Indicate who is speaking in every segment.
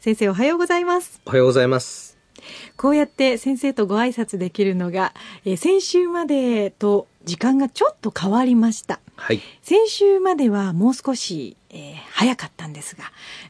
Speaker 1: 先生おはようございます。
Speaker 2: おはようございます。
Speaker 1: こうやって先生とご挨拶できるのが、え先週までと時間がちょっと変わりました。
Speaker 2: はい。
Speaker 1: 先週まではもう少し、えー、早かったんですが、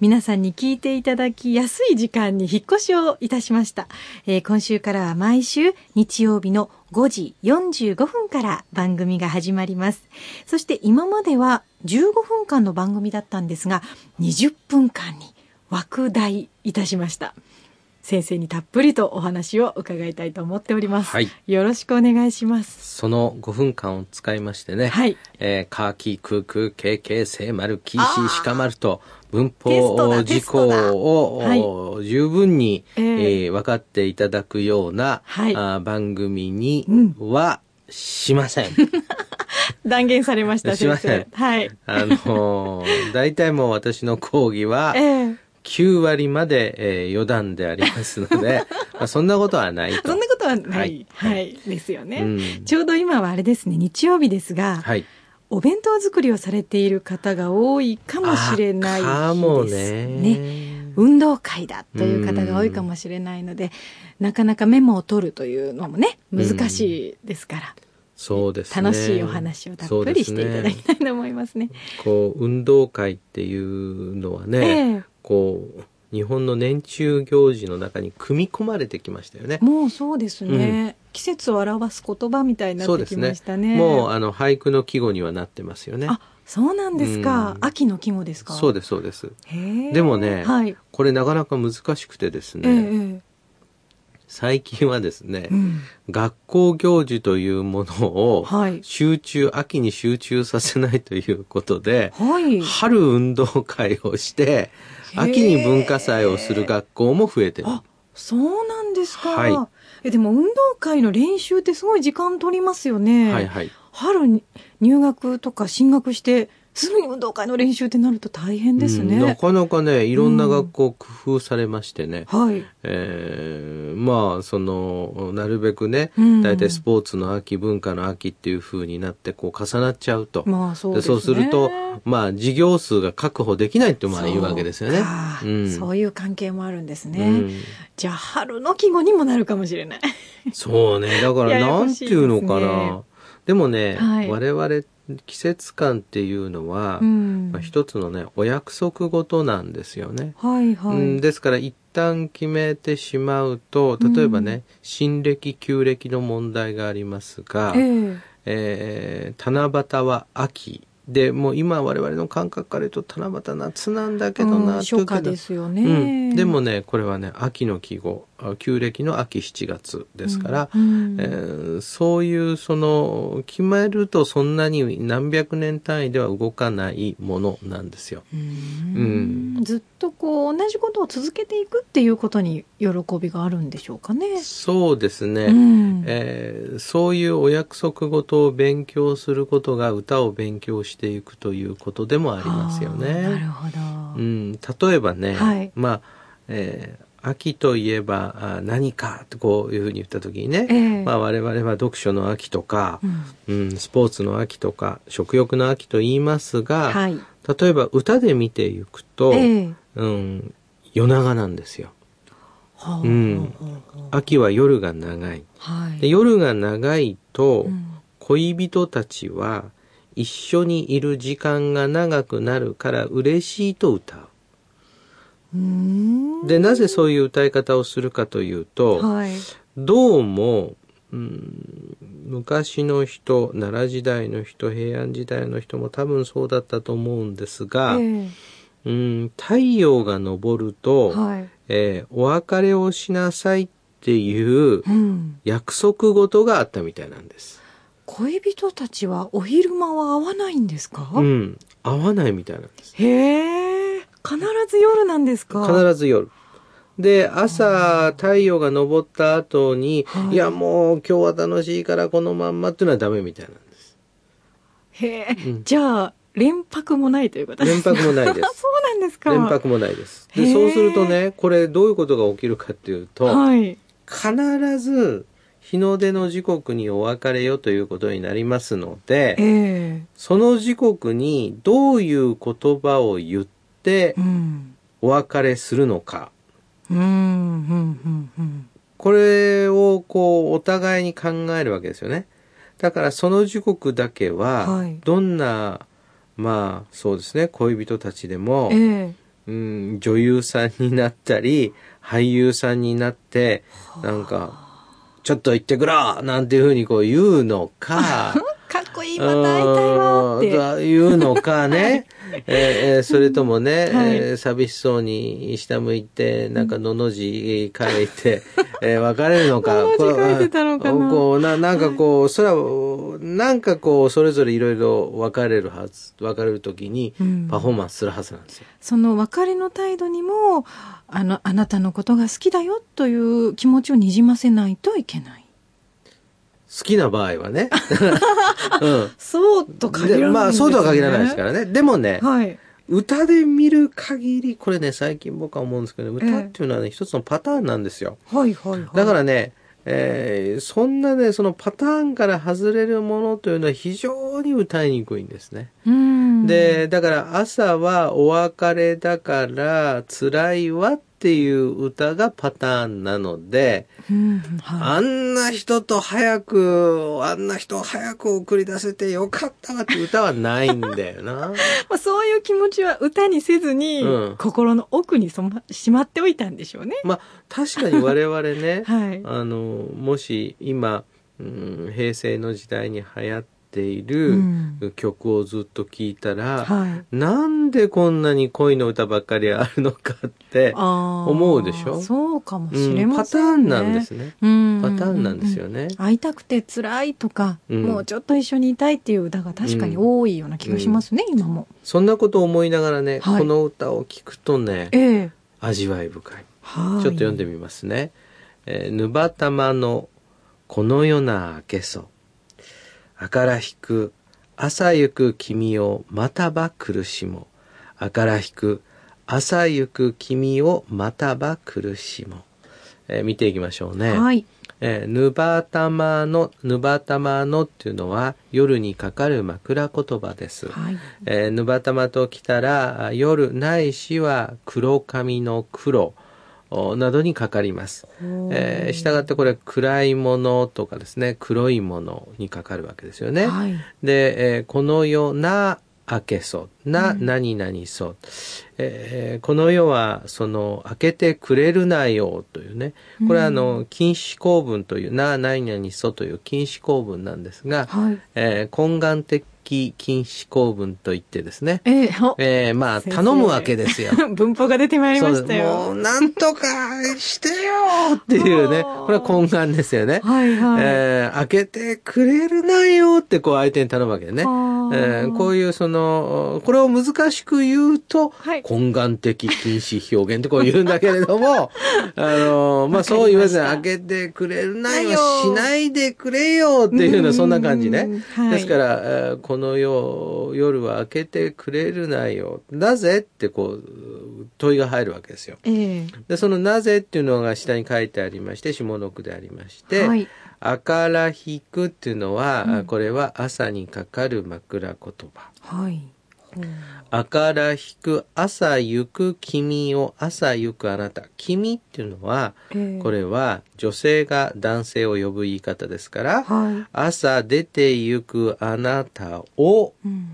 Speaker 1: 皆さんに聞いていただきやすい時間に引っ越しをいたしました。えー、今週からは毎週日曜日の5時45分から番組が始まります。そして今までは15分間の番組だったんですが、20分間に枠大いたしました。先生にたっぷりとお話を伺いたいと思っております。はい、よろしくお願いします。
Speaker 2: その5分間を使いましてね、
Speaker 1: はい、
Speaker 2: えー、カーキークークーケーケーセーマルキーシーシカマルと文法事項を、はい、十分に、えー、えー、分かっていただくような、はい、あ番組にはしま せん。うん
Speaker 1: 断言されました
Speaker 2: しません。
Speaker 1: はい。
Speaker 2: あのー、大体もう私の講義は、
Speaker 1: えー
Speaker 2: 9割まで、えー、余談でありますの で、まあ、そんなことはない
Speaker 1: そんなことはない。はい。はい、ですよね、うん、ちょうど今はあれですね、日曜日ですが、
Speaker 2: はい、
Speaker 1: お弁当作りをされている方が多いかもしれないですね。ね運動会だという方が多いかもしれないので、うん、なかなかメモを取るというのもね、難しいですから。うん
Speaker 2: そうです、
Speaker 1: ね、楽しいお話をたっぷりしていただきたいと思いますね。う
Speaker 2: すねこう運動会っていうのはね、えー、こう日本の年中行事の中に組み込まれてきましたよね。
Speaker 1: もうそうですね。うん、季節を表す言葉みたいになってきましたね。
Speaker 2: うねもうあの俳句の季語にはなってますよね。
Speaker 1: あ、そうなんですか。うん、秋の季語ですか。
Speaker 2: そうですそうです。
Speaker 1: で
Speaker 2: もね、
Speaker 1: はい、
Speaker 2: これなかなか難しくてですね。
Speaker 1: えー
Speaker 2: 最近はですね、うん、学校行事というものを集中、
Speaker 1: はい、
Speaker 2: 秋に集中させないということで、
Speaker 1: はい、
Speaker 2: 春運動会をして秋に文化祭をする学校も増えてる。あ
Speaker 1: そうなんですか、
Speaker 2: はい、
Speaker 1: えでも運動会の練習ってすごい時間取りますよね。
Speaker 2: はいはい、、
Speaker 1: 春入学とか進学してすぐに運動会の練習ってなると大変ですね、うん
Speaker 2: なかなかねいろんな学校工夫されましてね、
Speaker 1: うん、はい
Speaker 2: えー、まあそのなるべくね大体、うん、スポーツの秋文化の秋っていうふうになってこう重なっちゃうと、
Speaker 1: まあそう、ね、
Speaker 2: そうするとまあ事業数が確保できないってまあいうわけですよね
Speaker 1: そう,、うん、そういう関係もあるんですね、じゃあ春の季語にもなるかもしれない
Speaker 2: そうねだからなんていうのかな、ね、でもね、はい、我々って季節感っていうのは、うん、まあ、一つのねお約束事なんですよね。
Speaker 1: はいはい、
Speaker 2: ですから一旦決めてしまうと例えばね、うん、新暦旧暦の問題がありますが、
Speaker 1: えー、
Speaker 2: えー、七夕は秋。でもう今我々の感覚から言うと七夕夏なんだけどな、うん、
Speaker 1: 初夏ですよね、
Speaker 2: うん、でもねこれはね秋の季語旧暦の秋7月ですから、
Speaker 1: うんうん、え
Speaker 2: ー、そういうその決めるとそんなに何百年単位では動かないものなんですよ。
Speaker 1: うん、ずっとこう同じことを続けていくっていうことに喜びがあるんでしょうかね。
Speaker 2: そうですね、
Speaker 1: うん、
Speaker 2: えー、そういうお約束事を勉強することが歌を勉強していくということでもありますよね。
Speaker 1: なるほど、
Speaker 2: うん、例えばね、
Speaker 1: はい、
Speaker 2: まあ、えー秋といえば何かってこういうふうに言った時にね、
Speaker 1: えー、
Speaker 2: まあ、我々は読書の秋とか、、
Speaker 1: うん
Speaker 2: うん、スポーツの秋とか食欲の秋と言いますが、
Speaker 1: はい、
Speaker 2: 例えば歌で見ていくと、
Speaker 1: えー、
Speaker 2: うん、夜長なんですよ。
Speaker 1: は
Speaker 2: あ、うん、秋は夜が長い、
Speaker 1: はい、
Speaker 2: で夜が長いと、
Speaker 1: うん、
Speaker 2: 恋人たちは一緒にいる時間が長くなるから嬉しいと歌う。でなぜそういう歌い方をするかというと、
Speaker 1: はい、
Speaker 2: どうも、うん、昔の人奈良時代の人平安時代の人も多分そうだったと思うんですが、
Speaker 1: えー、
Speaker 2: うん、太陽が昇ると、
Speaker 1: はい、
Speaker 2: えー、お別れをしなさいっていう約束事があったみたいなんです。
Speaker 1: うん、恋人たちはお昼間は会わないんですか、
Speaker 2: うん、会わないみたいなんです。
Speaker 1: へー必ず夜なんですか
Speaker 2: 必ず夜で、朝、太陽が昇った後に、い、や、もう今日は楽しいからこのまんまっていうのはダメみたいなんです。
Speaker 1: へえ、 じゃあ、連泊もないということ
Speaker 2: 連泊もないです。
Speaker 1: そうなんですか
Speaker 2: 連泊もないです。で、そうするとね、これどういうことが起きるかっていうと、はい、必ず、日の出の時刻にお別れよということになりますので、えー、その時刻にどういう言葉を言ってお別れするのか、うん、これをこうお互いに考えるわけですよね。だからその時刻だけはどんな、はい、まあそうですね恋人たちでも、えー、うん、女優さんになったり俳優さんになってなんかちょっと行ってくらなんていうふうにこう言うの か、。
Speaker 1: かっこいい、また会いたいわって
Speaker 2: 言うのかね、えー、それともね、 はい、えー、寂しそうに下向いて、なんかのの字書 いて、えー、別れるのか。
Speaker 1: のの字書いてたのかな。
Speaker 2: こうななんかこう、それは、なんかこう、それぞれいろいろ別れるはず、別れるときにパフォーマンスするはずなんですよ。うん、
Speaker 1: その別れの態度にも、あの、あなたのことが好きだよという気持ちをにじませないといけない。
Speaker 2: 好きな場合は ね。
Speaker 1: うん、そうと限らない、ね、
Speaker 2: まあ、そうとは限らないですからね。でもね、はい、歌で見る限り、これね、最近僕は思うんですけど、歌っていうのはね、えー、一つのパターンなんですよ。
Speaker 1: はいはいはい。
Speaker 2: だからね、えー、そんなね、そのパターンから外れるものというのは非常に歌いにくいんですね。で、だから朝はお別れだから辛いわっていう歌がパターンなので、うんはい、あんな人と早く、あんな人を早く送り出せてよかったなって歌はないんだよ な。
Speaker 1: まあそういう気持ちは歌にせずに、うん、心の奥にそ、ま、しまっておいたんでしょうね。
Speaker 2: まあ確かに我々ね、 はい、あの、もし今、うん、平成の時代に流行って、ている曲をずっと聴いたら、うんはい、なんでこんなに恋の歌ばっかりあるのかって思うでしょ
Speaker 1: そうかもしれません、
Speaker 2: ねうん、パターンなんですね、うんうんうん、パターンなんですよね
Speaker 1: 会いたくて辛いとか、うん、もうちょっと一緒にいたいっていう歌が確かに多いような気がしますね、うん、今も
Speaker 2: そんなことを思いながらね、はい、この歌を聴くとね、えー、味わい深いちょっと読んでみますね「えー、ぬばたまのこの夜な明けそ」あからひく朝ゆく君をまたば苦しも。あからひく朝ゆく君をまたば苦しも。えー、見ていきましょうね。
Speaker 1: はい。
Speaker 2: えー、ぬばたまの、ぬばたまのっていうのは夜にかかる枕言葉です。はい、えー、ぬばたまときたら夜ないしは黒髪の黒。などにかかります。えー、したがってこれ暗いものとかですね黒いものにかかるわけですよね。はい、で、えー、この世な明けそう。な、うん、何々そう。えー、この世は、その、明けてくれるなよ、というね。これは、あの、禁止公文という、な、何々そうという禁止公文なんですが、はい、えー、懇願的禁止公文といってですね。
Speaker 1: えー、
Speaker 2: えー、まあ、頼むわけですよ。
Speaker 1: 文法が出てまいりましたよ。
Speaker 2: もう、なんとかしてよっていうね。これは懇願ですよね。
Speaker 1: はいはい、
Speaker 2: えー、開けてくれるなよって、こう、相手に頼むわけでね。えー、こういうその、これを難しく言うと、はい、懇願的禁止表現ってこう言うんだけれど も、あの、まあ、そう言わずに開けてくれるなよ、しないでくれよっていうような、そんな感じね。はい、ですから、えー、この夜、夜は開けてくれるなよ、なぜってこう、問いが入るわけですよ。
Speaker 1: えー、
Speaker 2: で、そのなぜっていうのが下に書いてありまして、下の句でありまして、はいあから引くっていうのは、うん、これは朝にかかる枕言葉。
Speaker 1: はい。
Speaker 2: あから引く朝行く君を朝行くあなた。君っていうのは、えー、これは女性が男性を呼ぶ言い方ですから、はい、朝出て行くあなたを、うん、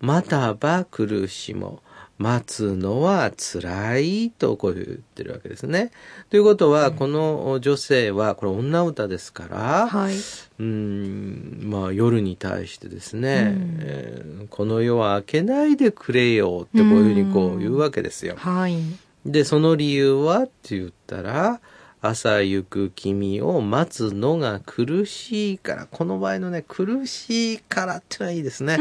Speaker 2: またば苦しも。待つのは辛いとこう言ってるわけですね。ということは、うん、この女性は、これ女歌ですから、
Speaker 1: はい、
Speaker 2: うんまあ夜に対してですね、うんえー、この世は明けないでくれよってこういうふうにこう言うわけですよ。
Speaker 1: はい、、
Speaker 2: で、その理由はって言ったら、朝行く君を待つのが苦しいから、この場合のね、苦しいからってのはいいです ね。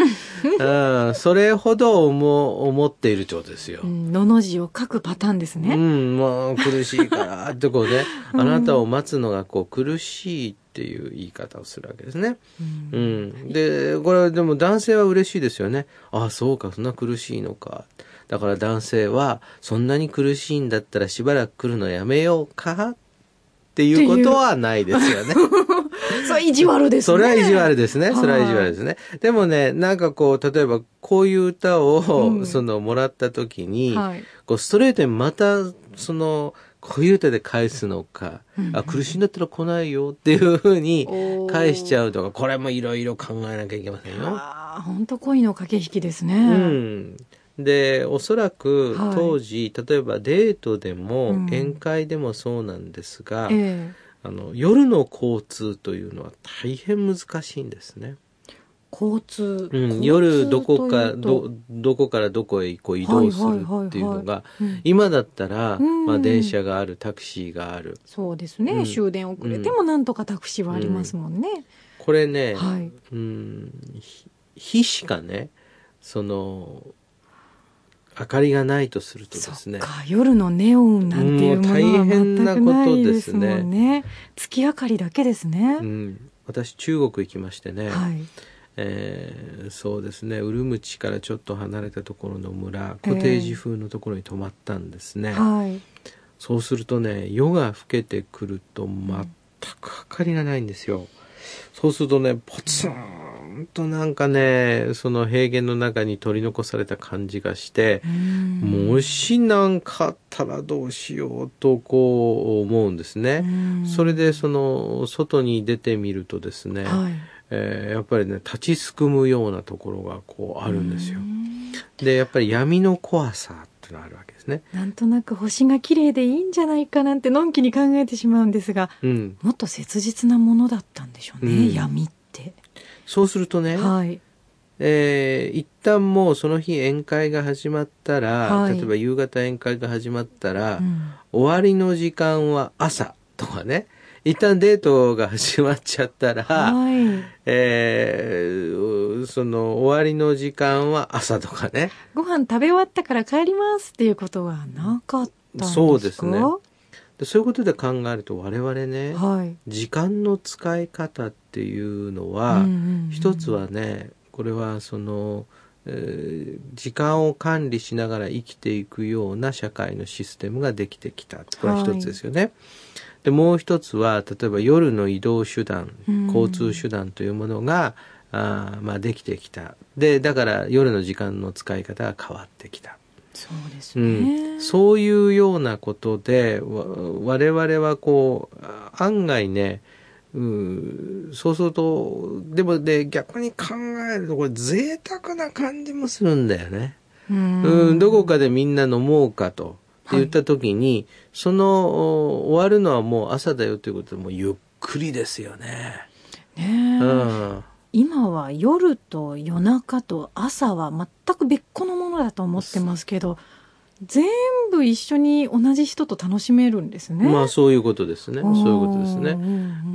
Speaker 2: うん、それほど思思っているちょうですよ。うん
Speaker 1: のの字を書くパターンですね。
Speaker 2: うん、もう苦しいからってこうね、 うん、あなたを待つのがこう苦しいっていう言い方をするわけですね。うん、うん、で、これでも男性は嬉しいですよね。ああ、そうか、そんな苦しいのか。だから男性は、そんなに苦しいんだったらしばらく来るのやめようかっていうことはないですよね。
Speaker 1: それ意地悪です
Speaker 2: ね。それは意地悪ですね。それは意地悪ですね。でもね、なんかこう、例えばこういう歌を、うん、その、もらった時に、はい、こう、ストレートにまた、その、こういう歌で返すのか、うんうん、あ、苦しいんだったら来ないよっていうふうに返しちゃうとか、これもいろいろ考えなきゃいけませんよ。。
Speaker 1: ああ、本当恋の駆け引きですね。うん
Speaker 2: でおそらく当時、はい、例えばデートでも宴会でもそうなんですが、うんえー、あの夜の交通というのは大変難しいんですね。
Speaker 1: 交通、
Speaker 2: うん、夜どこかどどこからどこへこう移動するっていうのが、今だったら、うん、まあ、電車があるタクシーがある
Speaker 1: そうですね、終電遅れてもなんとかタクシーはありますもんね、
Speaker 2: これね、はい、うん日しかねその明かりがないとするとですね。、
Speaker 1: 夜のネオンなんていうものは全くないことですね。ね月明かりだけですね。うん
Speaker 2: 私中国行きましてね。はい、えー、そうですねウルムチからちょっと離れたところの村コテージ風のところに泊まったんですね、えーはい、そうするとね夜が更けてくると全く明かりがないんですよ、そうするとねポツンんとなんかねその平原の中に取り残された感じがしてもし何かあったらどうしようとこう思うんですね。それでその外に出てみるとですね、はい、えー、やっぱりね立ちすくむようなところがこうあるんですよ。でやっぱり闇の怖さってのあるわけですね。
Speaker 1: なんとなく星が綺麗でいいんじゃないかなんてのんきに考えてしまうんですが、うん、もっと切実なものだったんでしょうね、うん、闇って。
Speaker 2: そうするとね、はい、えー、一旦もうその日宴会が始まったら、はい、例えば夕方宴会が始まったら、うん、終わりの時間は朝とかね、一旦デートが始まっちゃったら、はい、えー、その終わりの時間は朝とかね。
Speaker 1: ご飯食べ終わったから帰りますっていうことはなかった
Speaker 2: そうですね。でそういうことで考えると我々ね、はい、時間の使い方っていうのは、うんうんうん、一つはねこれはその、えー、時間を管理しながら生きていくような社会のシステムができてきたこれは一つですよね。はい、でもう一つは例えば夜の移動手段交通手段というものが、うん、あまあ、できてきたでだから夜の時間の使い方が変わってきた。
Speaker 1: そうですね、
Speaker 2: うん、そういうようなことで我々はこう案外ねうんそうするとでもね逆に考えるとこれ贅沢な感じもするんだよね。うんどこかでみんな飲もうかと言った時に、はい、その終わるのはもう朝だよということでもうゆっくりですよね。
Speaker 1: ねうん今は夜と夜中と朝は全く別個のものだと思ってますけど全部一緒に同じ人と楽しめるんですね。
Speaker 2: まあそういうことですね。そういうことですね。う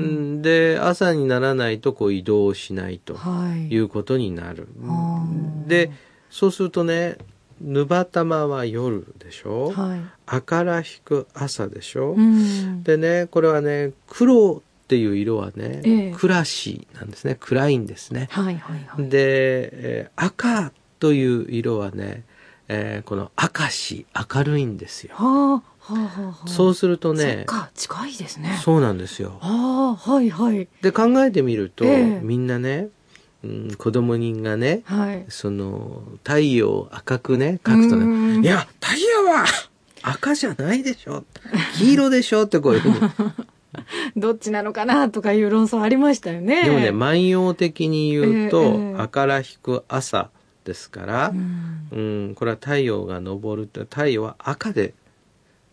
Speaker 2: ん、で朝にならないとこう移動しないということになる。はい、でそうするとねぬばたまは夜でしょ、はい、あから引く朝でしょ、うん、でねこれはね黒っていう色はね、ええ、暮らしなんですね暗いんですね。はいはいはい、で、えー、赤という色はね、えー、この明し明るいんですよ。はあはあはあ、そうするとね
Speaker 1: 近いですね
Speaker 2: そうなんですよ。
Speaker 1: あはいはい、
Speaker 2: で考えてみると、え、みんなねうん、子供人がね、はい、その太陽を赤くね描くとね「いや太陽は赤じゃないでしょ黄色でしょ」ってこういうふうに
Speaker 1: どっちなのかなとかいう論争ありましたよね。
Speaker 2: でもね、万葉的に言うと、えー、あから引く朝ですから、うん、うん、これは太陽が昇るって、太陽は赤で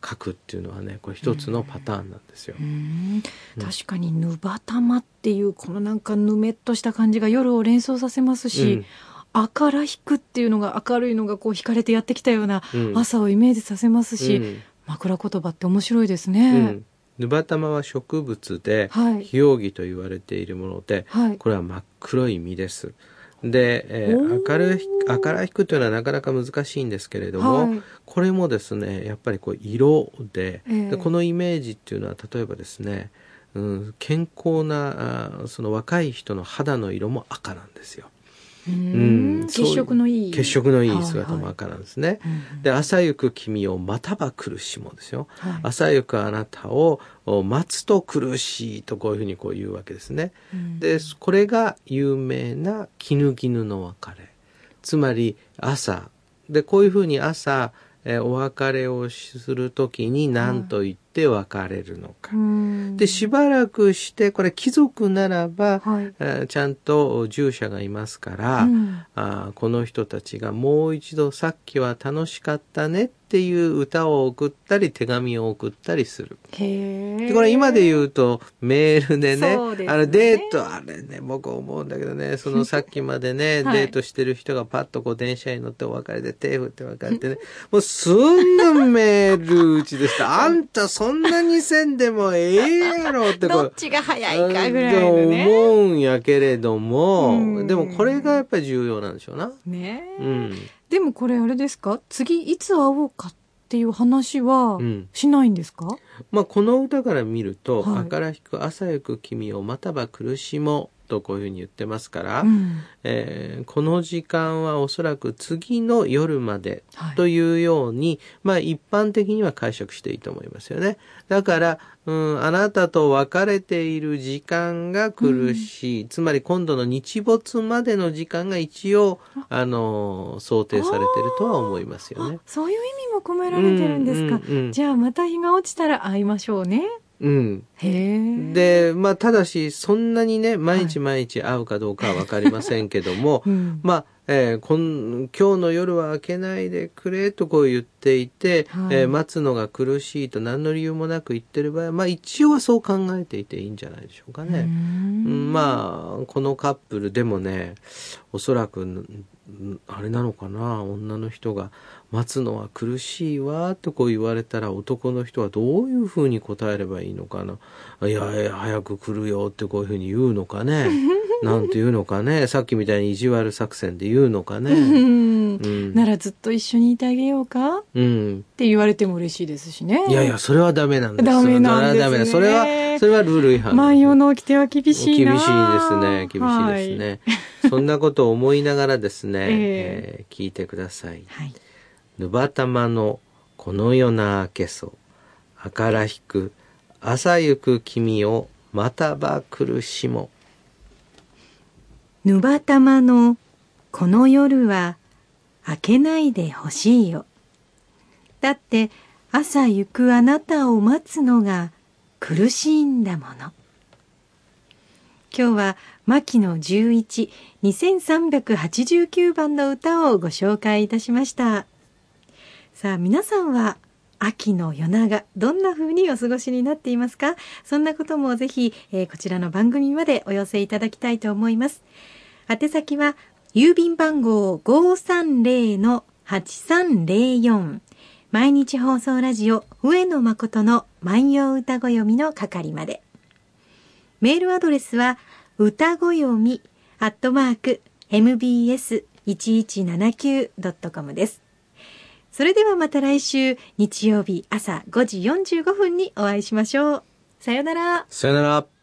Speaker 2: 書くっていうのはね、これ一つのパターンなんですよ。うん
Speaker 1: うん、確かに、ぬばたまっていう、このなんかぬめっとした感じが夜を連想させますし、あから引くっていうのが明るいのがこう引かれてやってきたような朝をイメージさせますし、枕言葉って面白いですね。
Speaker 2: ヌバタマは植物で、
Speaker 1: はい
Speaker 2: ヒオウギと言われているもので、
Speaker 1: はい
Speaker 2: これは真っ黒い実です。で、え
Speaker 1: おー
Speaker 2: ー、明るい、明るいくというのはなかなか難しいんですけれども、
Speaker 1: はい
Speaker 2: これもですね、やっぱりこう色で,
Speaker 1: え
Speaker 2: で、
Speaker 1: え
Speaker 2: このイメージっていうのは例えばですね、うん、健康なあーその若い人の肌の色も赤なんですよ。
Speaker 1: う
Speaker 2: うん
Speaker 1: ん
Speaker 2: そう
Speaker 1: 血色のいい
Speaker 2: 血色のい
Speaker 1: はいい
Speaker 2: 姿も赤なんですね。
Speaker 1: うん
Speaker 2: で、朝ゆく君をまたば苦しもですよ。
Speaker 1: はい
Speaker 2: 朝ゆくあなたをお待つと苦しいとこういうふうにこう言うわけですね。
Speaker 1: うん
Speaker 2: で、これが有名な絹絹の別れ。つまり朝。で、こういうふうに朝、えーお別れをするときに何と言って別れるのか。
Speaker 1: うん
Speaker 2: で、しばらくして、これ貴族ならば、
Speaker 1: はい
Speaker 2: えーちゃんと従者がいますから、
Speaker 1: うん
Speaker 2: あーこの人たちがもう一度さっきは楽しかったねっていう歌を送ったり手紙を送ったりする。
Speaker 1: へ
Speaker 2: で
Speaker 1: え
Speaker 2: これ今で言うとメールでね、
Speaker 1: そうですね
Speaker 2: あれデート、あれね、僕思うんだけどね、そのさっきまで ね、
Speaker 1: はい
Speaker 2: デートしてる人がパッとこう電車に乗ってお別れで手振って別れてね、もうすんごいメール打ち でした。あんたそんなにせんでもええやろってこ
Speaker 1: ど
Speaker 2: う
Speaker 1: っ。ちが早いかぐらいのね
Speaker 2: 思うんやけれども、
Speaker 1: うん
Speaker 2: でもこれがやっぱり重要なんでしょうな。
Speaker 1: ねえ
Speaker 2: うん。
Speaker 1: でもこれあれですか次いつ会おうかっていう話は
Speaker 2: うん
Speaker 1: しないんですか、
Speaker 2: まあこの歌から見ると、
Speaker 1: はい
Speaker 2: 明らひく朝ゆく君をまたば苦しもとこういうふうに言ってますから、
Speaker 1: うん
Speaker 2: えーこの時間はおそらく次の夜まで
Speaker 1: はい
Speaker 2: というように、まあ一般的には解釈していいと思いますよね。だから、うん、あなたと別れている時間が苦しい。つまり今度の日没までの時間が一応、あのー想定されているとは思いますよね
Speaker 1: あ。そういう意味も込められてるんですか、
Speaker 2: うんうんうん
Speaker 1: じゃあまた日が落ちたら会いましょうね
Speaker 2: うん。
Speaker 1: へえ
Speaker 2: で、まあ、ただし、そんなにね、毎
Speaker 1: は、
Speaker 2: 日毎日会うかどうかはわかりませんけども
Speaker 1: うん
Speaker 2: まあ、えーこん、今日の夜は明けないでくれとこう言っていて、
Speaker 1: はい
Speaker 2: えー待つのが苦しいと何の理由もなく言ってる場合は、まあ、一応はそう考えていていいんじゃないでしょうか
Speaker 1: う
Speaker 2: ね。
Speaker 1: ん
Speaker 2: うんまあ、このカップルでもね、おそらく、んんあれなのかな、女の人が、待つのは苦しいわ、とこう言われたら、男の人はどういうふうに答えればいいのかな。いや、いや早く来るよってこういうふうに言うのか ね。なんて言うのかね。さっきみたいに意地悪作戦で言うの か
Speaker 1: う
Speaker 2: ね。
Speaker 1: ん
Speaker 2: うん。
Speaker 1: ならずっと一緒にいてあげようかっ
Speaker 2: うん。
Speaker 1: て言われても嬉しいですしね
Speaker 2: いやいや、それはダメなんです
Speaker 1: ダメなんですね
Speaker 2: それはダメだそれは、それはルール違反。
Speaker 1: 万葉の掟は厳しいな
Speaker 2: 厳しいですね。厳しいですね。そんなことを思いながらですね、
Speaker 1: え
Speaker 2: えー聞いてください。
Speaker 1: はい、はい
Speaker 2: ぬばたまのこの夜な明けそ、あからひく、朝ゆく君をまたば苦しも。
Speaker 1: ぬばたまのこの夜は明けないでほしいよ。だって朝行くあなたを待つのが苦しいんだもの。今日は牧野十一2389番の歌をご紹介いたしました。さあ皆さんは秋の夜長どんな風にお過ごしになっていますかそんなこともぜひ、えーこちらの番組までお寄せいただきたいと思います宛先は郵便番号530-8304毎日放送ラジオ上野誠の万葉歌子読みの係までメールアドレスは歌子読みアットマーク mbs1179.com ですそれではまた来週日曜日朝5時45分にお会いしましょう。さよなら。
Speaker 2: さよなら。